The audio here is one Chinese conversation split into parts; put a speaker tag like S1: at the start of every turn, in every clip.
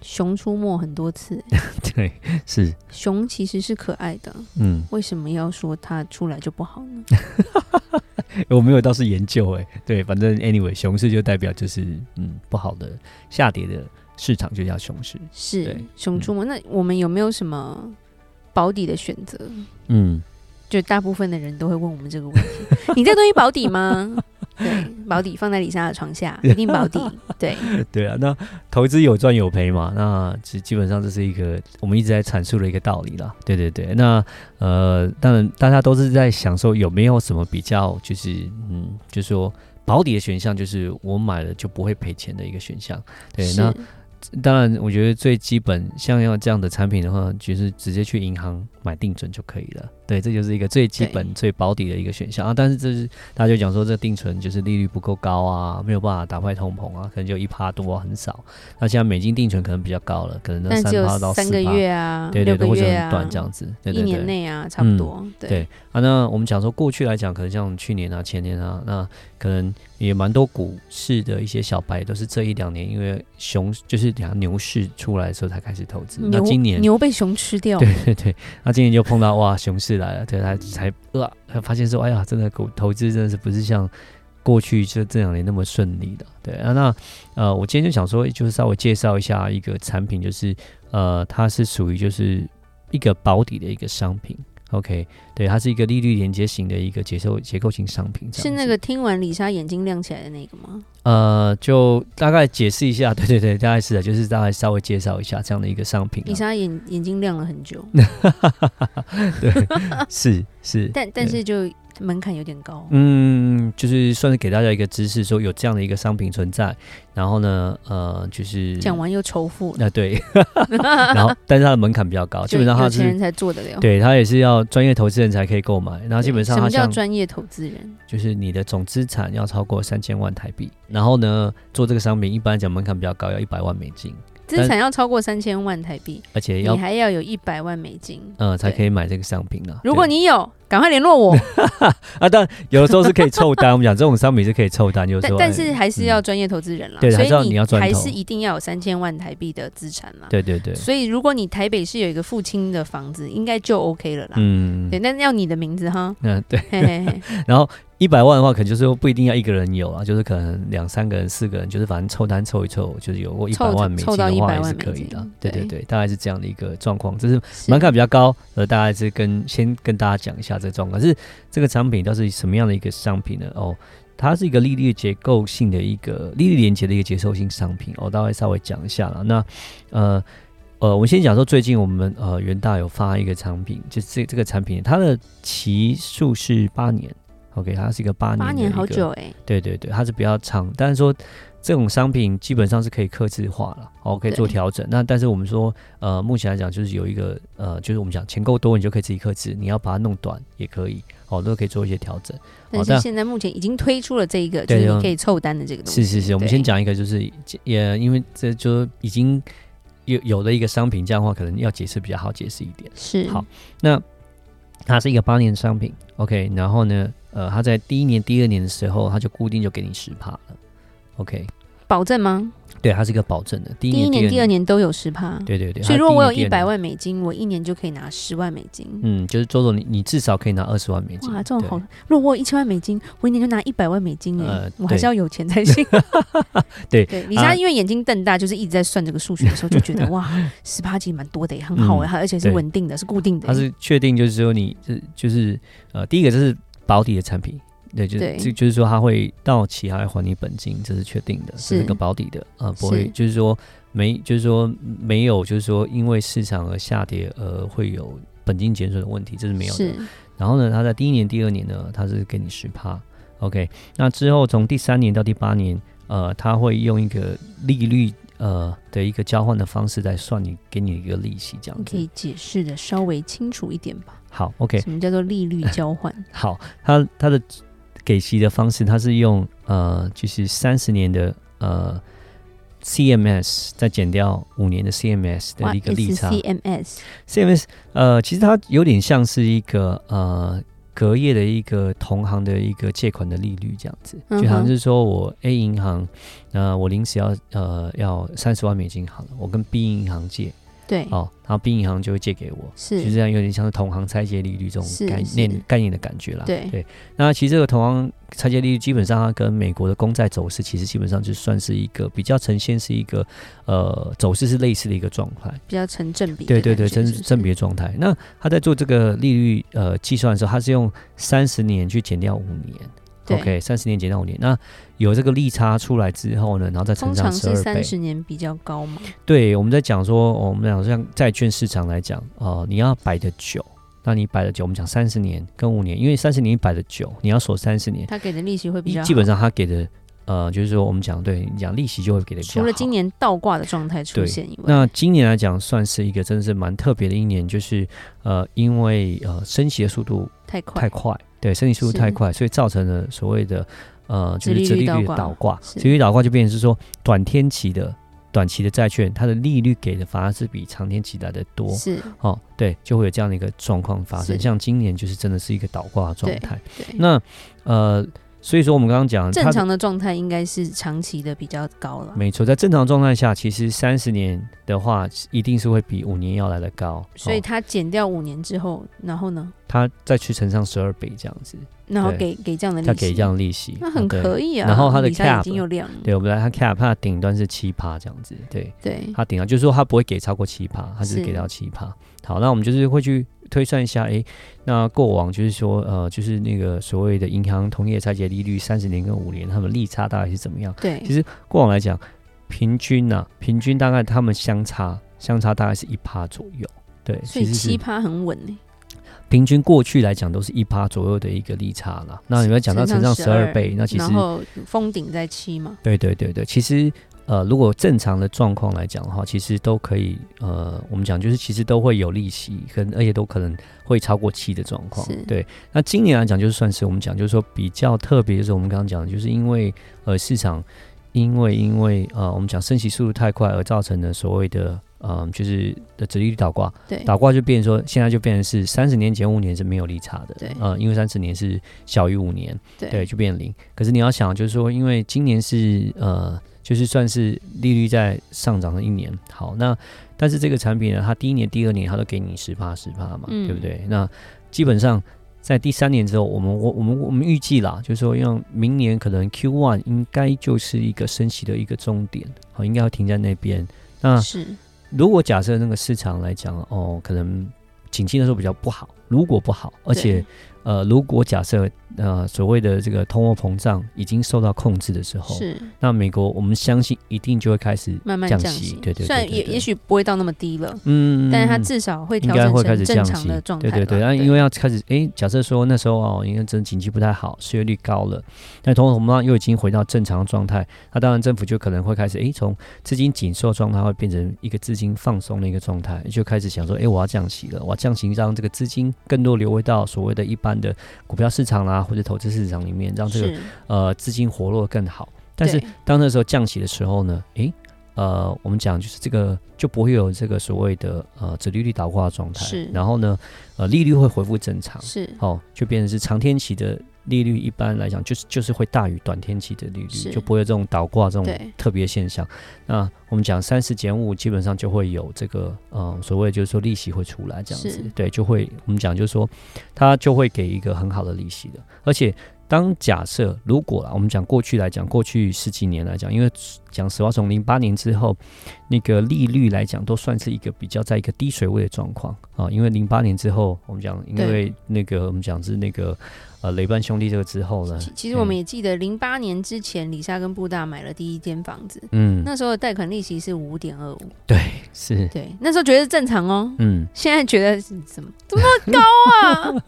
S1: 熊出没很多次，
S2: 对，是
S1: 熊其实是可爱的，
S2: 嗯，
S1: 为什么要说它出来就不好呢？
S2: 我没有倒是研究哎，对，反正 anyway，熊市就代表就是嗯不好的下跌的市场就叫熊市，
S1: 是
S2: 对
S1: 熊出没，那我们有没有什么保底的选择？
S2: 嗯，
S1: 就大部分的人都会问我们这个 问题：你这东西保底吗？对，保底放在李莎的床下，一定保底。对，
S2: 对啊，那投资有赚有赔嘛，那基基本上这是一个我们一直在阐述的一个道理啦。对对对，那呃，当然大家都是在想说有没有什么比较，就是嗯，就是说保底的选项，就是我买了就不会赔钱的一个选项。对，
S1: 是
S2: 那当然我觉得最基本像要这样的产品的话，就是直接去银行买定存就可以了。对，这就是一个最基本
S1: 对、
S2: 最保底的一个选项啊。但是这是大家就讲说，这定存就是利率不够高啊，没有办法打败通膨啊，可能就一趴多、啊，很少。那现在美金定存可能比较高了，可能那
S1: 但只有
S2: 趴到
S1: 三
S2: 四
S1: 个
S2: 趴，
S1: 月啊，
S2: 对对
S1: 六
S2: 对，
S1: 个
S2: 或者
S1: 月
S2: 很
S1: 啊，
S2: 短这样子，对对对。
S1: 一
S2: 嗯
S1: 年内啊，差不多。对
S2: 对啊，那我们讲说过去来讲，可能像去年啊、前年啊，那可能也蛮多股市的一些小白都是这一两年，因为熊就是讲牛市出来的时候才开始投资。那
S1: 牛
S2: 今年
S1: 牛被熊吃掉，
S2: 对对对，那今年就碰到哇，熊市来了，对，他才呃，他发现说，哎呀，真的股投资真的是不是像过去这这两年那么顺利的，对啊，那呃，我今天就想说，就是稍微介绍一下一个产品，就是呃，它是属于就是一个保底的一个商品，OK，对，它是一个利率连接型的一个结构结构型商品，这
S1: 是
S2: 样
S1: 那
S2: 子
S1: 个听完李莎眼睛亮起来的那个吗？
S2: 呃，就大概解释一下，对对对，大概是的，就是大概稍微介绍一下这样的一个商品、
S1: 李莎眼眼睛亮了很久，
S2: 啊， 对，是是，
S1: 但但是就门槛有点高。
S2: 嗯，就是算是给大家一个知识，说有这样的一个商品存在。然后呢，呃，就是
S1: 讲完又仇富了，
S2: 那、 对，然后但是它的门槛比较高，基本上
S1: 就
S2: 它
S1: 有钱
S2: 是
S1: 人才做得了。
S2: 对它也是要专业投资人才可以购买。然后
S1: 对，
S2: 基本上
S1: 什
S2: 它
S1: 么叫
S2: 像
S1: 专业投资人？
S2: 就是你的总资产要超过三千万台币。然后呢，做这个商品一般来讲门槛比较高，要一百万美金，
S1: 资产要超过三千万台币，
S2: 而且
S1: 你
S2: 要
S1: 还要有一百万美金。
S2: 呃才
S1: 对
S2: 可以买这个商品呢、
S1: 如果
S2: 对
S1: 你有，赶快联络我。
S2: 啊，但有的时候是可以凑单，我们讲这种商品是可以凑单，就是
S1: 但
S2: 说
S1: 但
S2: 哎
S1: 是还是要专业投资人啦，
S2: 对还是要
S1: 所以
S2: 你要专
S1: 还
S2: 投
S1: 是一定要有三千万台币的资产啦。
S2: 对对对，
S1: 所以如果你台北市有一个父亲的房子，应该就 OK 了啦。
S2: 嗯
S1: 对，但要你的名 字哈，
S2: 嗯对。
S1: 嘿嘿 嘿，
S2: 然后一百万的话，可能就是说不一定要一个人有啊，就是可能两三个人、四个人，就是反正凑单凑一凑，就是有过一百万美金
S1: 凑到
S2: 的话
S1: 100
S2: 也是
S1: 万美
S2: 可以的啊
S1: 金。
S2: 对对对，大概是这样的一个状况，这是
S1: 是
S2: 门槛比较高。呃，大概是跟先跟大家讲一下这个状况，是这个产品到底是什么样的一个商品呢？哦。它是一个利率结构性的一个利率连接的一个结构性商品，我、哦、大概稍微讲一下了。那呃呃，我们先讲说，最近我们呃元大有发一个产品，就这这个产品，它的期数是八年，OK，它是一个八年，
S1: 八年好久，哎、
S2: 对对对，它是比较长，但是说这种商品基本上是可以克制化了，哦，可以做
S1: 对
S2: 调整。那但是我们说，呃，目前来讲就是有一个呃，就是我们讲钱够多，你就可以自己克制，你要把它弄短也可以，哦，都可以做一些调整。
S1: 但
S2: 但
S1: 是现在目前已经推出了这一个，就
S2: 对哦
S1: 是
S2: 就
S1: 你可以凑单的这个东西。
S2: 是是是，我们
S1: 对
S2: 先讲一个，就是也因为这就已经有有了一个商品，这样的话可能要解释比较好解释一点。
S1: 是
S2: 好它是一个八年商品，OK，然后呢，呃，它在第一年、第二年的时候，它就固定就给你十趴了，OK，
S1: 保证吗？
S2: 对，它是一个保证的，第
S1: 第
S2: 一
S1: 一
S2: 年、
S1: 年、第二，年都有十趴。
S2: 对对对，
S1: 所以
S2: 它
S1: 如果我有
S2: 第
S1: 一
S2: 年第
S1: 百
S2: 二年，
S1: 万美金，我一年就可以拿十万美金。
S2: 嗯，就是周总，你你至少可以拿二十万美金，
S1: 哇，这种
S2: 对
S1: 好！如果我有一千万美金，我一年就拿一百万美金哎、
S2: 呃
S1: 我还
S2: 对
S1: 是要有钱才行。
S2: 对
S1: 对，李
S2: 啊
S1: 莎因为眼睛瞪大，就是一直在算这个数学的时候，就觉 得哇，十八级蛮多的耶，很好哎、
S2: 嗯
S1: 它而且是
S2: 对
S1: 稳定的，是固定的耶。
S2: 它是确定就是说你这就是呃，第一个就是保底的产品，对，就
S1: 对
S2: 这就是说它会到期还会还你本金，这是确定的，
S1: 是
S2: 这是个保底的，呃，不
S1: 是
S2: 会就是说没就是说没有就是说因为市场而下跌而会有本金减损的问题，这是没有的嗯
S1: 是。
S2: 然后呢，它在第一年、第二年呢，它是给你十趴，OK，那之后从第三年到第八年，呃，它会用一个利率。呃的一个交换的方式来算你给你一个利息这样
S1: 你
S2: 子
S1: 可，以解释的稍微清楚一点吧？
S2: 好，OK，
S1: 什么叫做利率交 换？
S2: 好，它它的给息的方式，它是用呃，就是三十年的呃 CMS，再减掉五年的 CMS 的一个利差。
S1: CMS
S2: CMS 呃，其实它有点像是一个呃隔夜的一个同行的一个借款的利率这样子，
S1: 嗯哼
S2: 就好像是说我 A 银行，呃，我临时要呃要三十万美金好了，我跟 B 银行借
S1: 对，
S2: 哦，然后 B 银行就会借给我，
S1: 哎是
S2: 其实这样有点像是同行拆借利率这
S1: 是
S2: 种概
S1: 是
S2: 念概念的感觉啦。
S1: 对
S2: 那其实这个同行拆借利率基本上它跟美国的公债走势其实基本上就算是一个比较呈现是一个呃走势是类似的一个状态。
S1: 比较成正比的
S2: 对
S1: 感
S2: 对
S1: 觉。
S2: 对，正
S1: 是不是
S2: 正比的状态。那他在做这个利率呃计算的时候，他是用三十年去减掉五年。
S1: 对
S2: OK，三十年减掉五年，那有这个利差出来之后呢，然后再乘
S1: 通
S2: 上
S1: 常
S2: 十
S1: 是
S2: 二
S1: 三
S2: 倍。
S1: 十年比较高嘛，
S2: 对，我们在讲说，哦我们讲像债券市场来讲，哦、你要摆的久，那你摆的久，我们讲三十年跟五年，因为三十年你摆的久，你要锁三十年，
S1: 他给的利息会比较好
S2: 基本上他给的呃，就是说我们讲对你讲利息就会给的比较
S1: 除
S2: 好。
S1: 了今年倒挂的状态出
S2: 对
S1: 现以外，
S2: 那今年来讲，算是一个真的是蛮特别的一年，就是呃，因为呃升息的速度
S1: 太
S2: 太
S1: 快，
S2: 快，对，升息速度太
S1: 是
S2: 快，所以造成了所谓的呃就是
S1: 殖
S2: 殖
S1: 利率
S2: 利率
S1: 倒挂
S2: 的倒挂，
S1: 是
S2: 殖利率倒挂就变成是说短天期的短期的债券，它的利率给的反而是比长天期来的多，
S1: 是
S2: 哦，对，就会有这样的一个状况发生。
S1: 是
S2: 像今年就是真的是一个倒挂的状态。
S1: 对。
S2: 那呃，所以说我们刚刚讲它
S1: 正
S2: 的
S1: 常的状态应该是长期的比较高了，
S2: 没错，在正常状态下，其实三十年的话，一定是会比五年要来的高，
S1: 所以
S2: 哦、
S1: 他减掉五年之后，然后呢，
S2: 它再去乘上十二倍这样子，
S1: 然后
S2: 对
S1: 给给这样的利
S2: 再
S1: 息，
S2: 给这样的利息，
S1: 那很
S2: 哦对
S1: 可以啊。
S2: 然后它的
S1: 理财
S2: cap
S1: 已经有量了，
S2: 对，我们来看 cap，它的顶端是七趴这样子，对，
S1: 对
S2: 它顶端就是说它不会给超过七趴，它只
S1: 嗯是
S2: 是给到七趴。好，那我们就是会去推算一下，诶，那过往就是说，呃，就是那个所谓的银行同业拆解利率三十年跟五年，它们利差大概是怎么样？其
S1: 对，
S2: 实过往来讲，平均呢、平均大概他们相差相差大概是一趴左右。对，
S1: 所以
S2: 其实
S1: 七
S2: 是
S1: 趴很稳欸呢，
S2: 平均过去来讲都是一趴左右的一个利差啦。那你们讲到乘
S1: 乘上
S2: 上十二倍，那其实
S1: 然后封顶在七嘛，
S2: 对对对对，其实呃，如果正常的状况来讲的话，其实都可以呃，我们讲就是其实都会有利息，跟而且都可能会超过七的状况
S1: 是。
S2: 对，那今年来讲，就是算是我们讲就是说比较特别，就是我们刚刚讲的，就是因为呃市场因为因为呃我们讲升息速度太快而造成的所谓的。嗯，就是的，殖利率倒挂，
S1: 对
S2: 倒挂就变成说，现在就变成是三十年减五年是没有利差的，
S1: 对
S2: 呃，因为三十年是小于五年，对，
S1: 对
S2: 就变零。可是你要想，就是说，因为今年是呃，就是算是利率在上涨的一年。好，那但是这个产品呢，它第一年、第二年它都给你十趴、十趴嘛，
S1: 嗯
S2: 对不对？那基本上在第三年之后，我们我我们我们预计啦，就是说，要明年可能 Q one 应该就是一个升息的一个终点，好，应该要停在那边。那
S1: 是
S2: 如果假设那个市场来讲，哦，可能景气那时候比较不好，如果不好，而且呃，如果假设呃所谓的这个通货膨胀已经受到控制的时候，
S1: 是
S2: 那美国我们相信一定就会开始
S1: 慢慢
S2: 降
S1: 降
S2: 息，对对对
S1: 虽然
S2: 对
S1: 也
S2: 对
S1: 也许不会到那么低了，
S2: 嗯，
S1: 但是它至少会
S2: 应
S1: 调
S2: 该会
S1: 整
S2: 开始
S1: 成
S2: 降
S1: 正
S2: 息
S1: 常的状
S2: 对
S1: 态吧。
S2: 对对，那因为要开始，诶，假设说那时候哦，因为真的景气不太好，失业率高了，但通货膨胀又已经回到正常状态，那当然政府就可能会开始，诶，从资金紧缩状态会变成一个资金放松的一个状态，就开始想说，诶，我要降息了，我要降息，让这个资金更多流回到所谓的一般的股票市场啦、或者投资市场里面，让这个
S1: 是
S2: 呃资金活络更好。但是
S1: 对
S2: 当那时候降息的时候呢，诶，呃，我们讲就是这个就不会有这个所谓的呃折利率倒挂的状态，
S1: 是
S2: 然后呢，呃，利率会恢复正常，
S1: 是
S2: 哦，就变成是长天期的利率一般来讲就是就是会大于短天期的利
S1: 是
S2: 率，就不会有这种倒挂这种
S1: 对
S2: 特别现象。那我们讲三十减五，基本上就会有这个呃所谓就是说利息会出来这样
S1: 是
S2: 子，对，就会我们讲就是说它就会给一个很好的利息的，而且。当假设如果啊啦，我们讲过去来讲，过去十几年来讲，因为讲实话，从零八年之后，那个利率来讲，都算是一个比较在一个低水位的状况啊。因为零八年之后，我们讲，因
S1: 对
S2: 为那个我们讲是那个呃雷曼兄弟这个之后呢，
S1: 其其实我们也记得，零八年之前，李莎跟布大买了第一间房子，
S2: 嗯，
S1: 那时候的贷款利息是五点二五，
S2: 对，是，
S1: 对，那时候觉得正常哦，
S2: 嗯，
S1: 现在觉得嗯怎么怎么 那么高啊？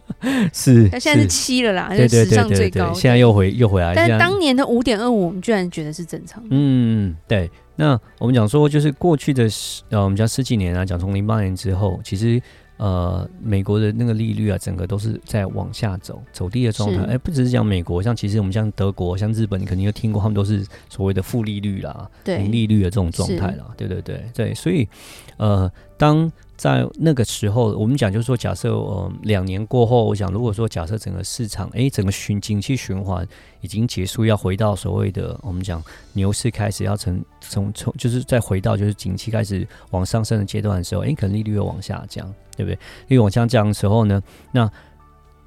S2: 是，
S1: 但现在是七了啦，
S2: 对对
S1: 就是史
S2: 对
S1: 上
S2: 对
S1: 最高
S2: 对，。现在又回又回来，
S1: 但
S2: 现
S1: 是
S2: 在
S1: 当年的五点二五，我们居然觉得是正常的，
S2: 嗯，对。那我们讲说，就是过去的十呃，我们讲十几年啊，讲从零八年之后，其实呃，美国的那个利率啊，整个都是在往下走，走低的状态。
S1: 是
S2: 哎、不只是讲美国，像其实我们像德国、像日本，你肯定就听过，他们都是所谓的负利率啦、零
S1: 对，
S2: 利率的这种状态啦。对对对对，所以呃，当在那个时候，我们讲就是说，假设呃两年过后，我想如果说假设整个市场，哎，整个循景气循环已经结束，要回到所谓的我们讲牛市开始要从从从就是再回到就是景气开始往上升的阶段的时候，哎，可能利率又往下降，对不对？利率往下降的时候呢，那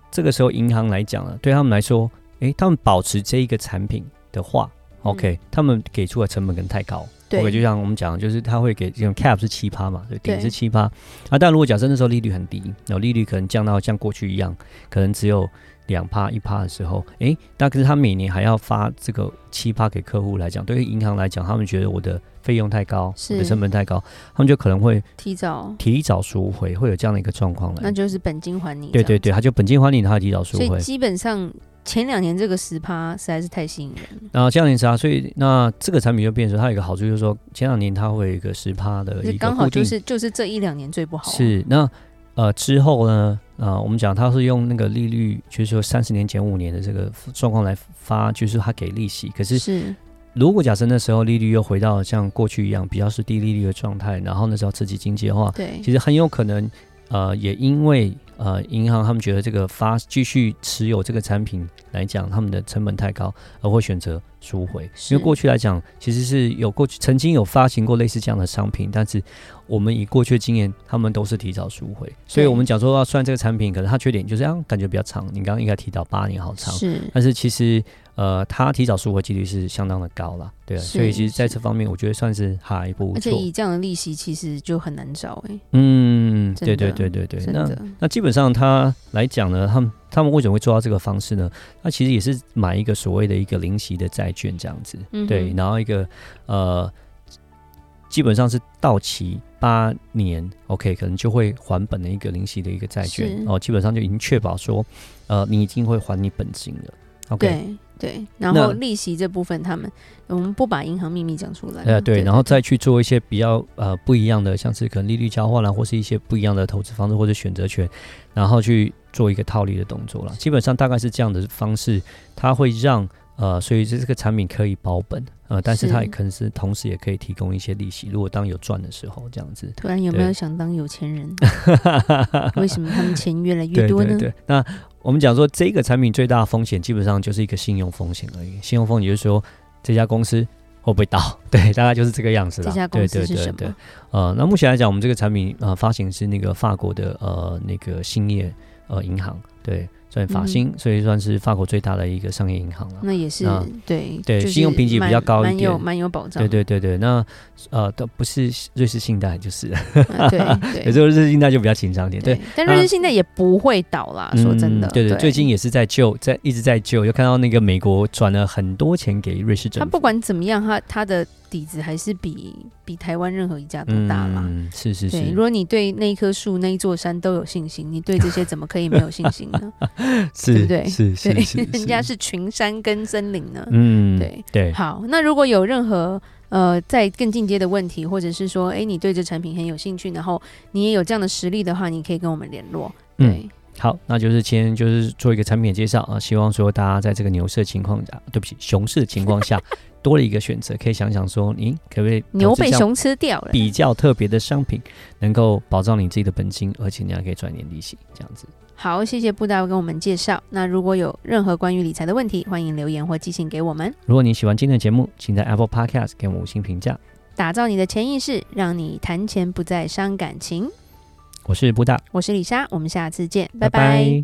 S2: 这个时候银行来讲呢，对他们来说，哎，他们保持这一个产品的话，OK，、他们给出的成本可能太高。
S1: 对
S2: OK，就像我们讲的，就是他会给这种 cap 是七趴嘛，对，顶
S1: 对
S2: 是七趴啊。但如果假设那时候利率很低，然后利率可能降到像过去一样，可能只有两趴一趴的时候，诶，那可是他每年还要发这个七趴给客户来讲，对于银行来讲，他们觉得我的费用太高，我的
S1: 是
S2: 成本太高，他们就可能会
S1: 提早，
S2: 提早赎回，会有这样的一个状况
S1: 那
S2: 来。
S1: 就是本金还你。
S2: 对对对，，他就本金还你，他提早赎
S1: 所
S2: 回
S1: 以。基本上前两年这个十趴实在是太吸引人了，
S2: 啊然后这样年差，所以那这个产品就变成它有一个好处，就是说前两年它会有一个十趴的
S1: 就
S2: 一个
S1: 刚好
S2: 固定
S1: 就是就是这一两年最不好啊。
S2: 是那呃之后呢，呃，我们讲它是用那个利率，就是说三十年减五年的这个状况来发，就是它给利息。可是
S1: 是
S2: 如果假设那时候利率又回到像过去一样比较是低利率的状态，然后那时候刺激经济的话，
S1: 对
S2: 哦其实很有可能呃也因为。呃，银行他们觉得这个发继续持有这个产品来讲，他们的成本太高，而会选择赎回。因
S1: 是
S2: 为过去来讲，其实是有过去曾经有发行过类似这样的商品，但是我们以过去的经验，他们都是提早赎回。所以我们讲说，啊虽然这个产品可能它缺点就是啊，感觉比较长，你刚刚应该提到八年好长，
S1: 是
S2: 但是其实呃，它提早赎回几率是相当的高啦，对啊。
S1: 是
S2: 所以其实在这方面，我觉得算是还不
S1: 而且
S2: 错。
S1: 以这样的利息其实就很难找哎、
S2: 嗯，
S1: 真
S2: 对
S1: 的
S2: 对对对对，
S1: 真
S2: 那
S1: 的嗯
S2: 那基本上他来讲呢，他们他们为什么会做到这个方式呢？他其实也是买一个所谓的一个零息的债券这样子，
S1: 嗯哼
S2: 对，然后一个呃，基本上是到期八年，OK，可能就会还本的一个零息的一个债券
S1: 是
S2: 哦，基本上就已经确保说，呃，你一定会还你本金了，OK，
S1: 对对，然
S2: 那
S1: 后利息这部分他们我们不把银行秘密讲出来嘛，
S2: 呃，对，然后再去做一些比较呃不一样的，像是可能利率交换啦，啊或是一些不一样的投资方式或者选择权，然后去做一个套利的动作啦。基本上大概是这样的方式，它会让呃，所以这这个产品可以保本，呃，但是
S1: 是
S2: 它也可能是同时也可以提供一些利息，如果当有赚的时候这样 子。
S1: 突然有没
S2: 对
S1: 有想当有钱 人？为什么他们钱越来越
S2: 对
S1: 多呢？
S2: 对对，那我们讲说这个产品最大的风险，基本上就是一个信用风险而已。信用风险就是说这家公司会不会倒， 对，大概就是这个样子啦。
S1: 这家公司
S2: 对
S1: 是
S2: 对
S1: 什
S2: 对
S1: 么？
S2: 对，呃，那目前来讲，我们这个产品呃发行是那个法国的呃那个兴业呃银行，对，算
S1: 嗯
S2: 法兴，所以算是法国最大的一个商业银行了。
S1: 那也是
S2: 那
S1: 对
S2: 对
S1: 就是
S2: 信用评级比较
S1: 蛮
S2: 高一
S1: 蛮有
S2: 点
S1: 蛮有保障
S2: 对
S1: 的。
S2: 对对对，那呃，都不是瑞士信贷，就是 了，
S1: 啊对
S2: 有
S1: 对
S2: 时候瑞士信贷就比较紧张一点。对，
S1: 对，但瑞
S2: 那
S1: 士信贷也不会倒啦，说真的，
S2: 嗯对对，
S1: 对，
S2: 最近也是在救，在一直在救，又看到那个美国转了很多钱给瑞士政
S1: 他
S2: 府，
S1: 不管怎么样，他他的底子还是比比台湾任何一家都大啦。
S2: 嗯，是是
S1: 对，
S2: 是
S1: 如，果你对那一棵树、那一座山都有信心，你对这些怎么可以没有信心 呢？
S2: 是
S1: 对不对
S2: 是是
S1: 对
S2: 是，，
S1: 人家是群山跟森林呢。
S2: 嗯，
S1: 对，
S2: 对，
S1: 好，那如果有任何呃在更进阶的问题，或者是说，哎诶，你对这产品很有兴趣，然后你也有这样的实力的话，你可以跟我们联络。
S2: 嗯。
S1: 对，
S2: 好，那就是今天就是做一个产品的介绍啊，希望说大家在这个牛市的情况下，对不起，熊市的情况 下，多了一个选择，可以想想说，你可不可以
S1: 牛
S2: 投资
S1: 被
S2: 这样
S1: 熊吃掉了。
S2: 比较特别的商品，能够保障你自己的本金，而且你还可以赚一点利息，这样子。
S1: 好，谢谢布大跟我们介绍。那如果有任何关于理财的问题，欢迎留言或寄信给我们。
S2: 如果你喜欢今天的节目，请在 Apple Podcast 给我们五星评价。
S1: 打造你的潜意识，让你谈钱不再伤感情。
S2: 我是布大，
S1: 我是李莎，我们下次见，拜拜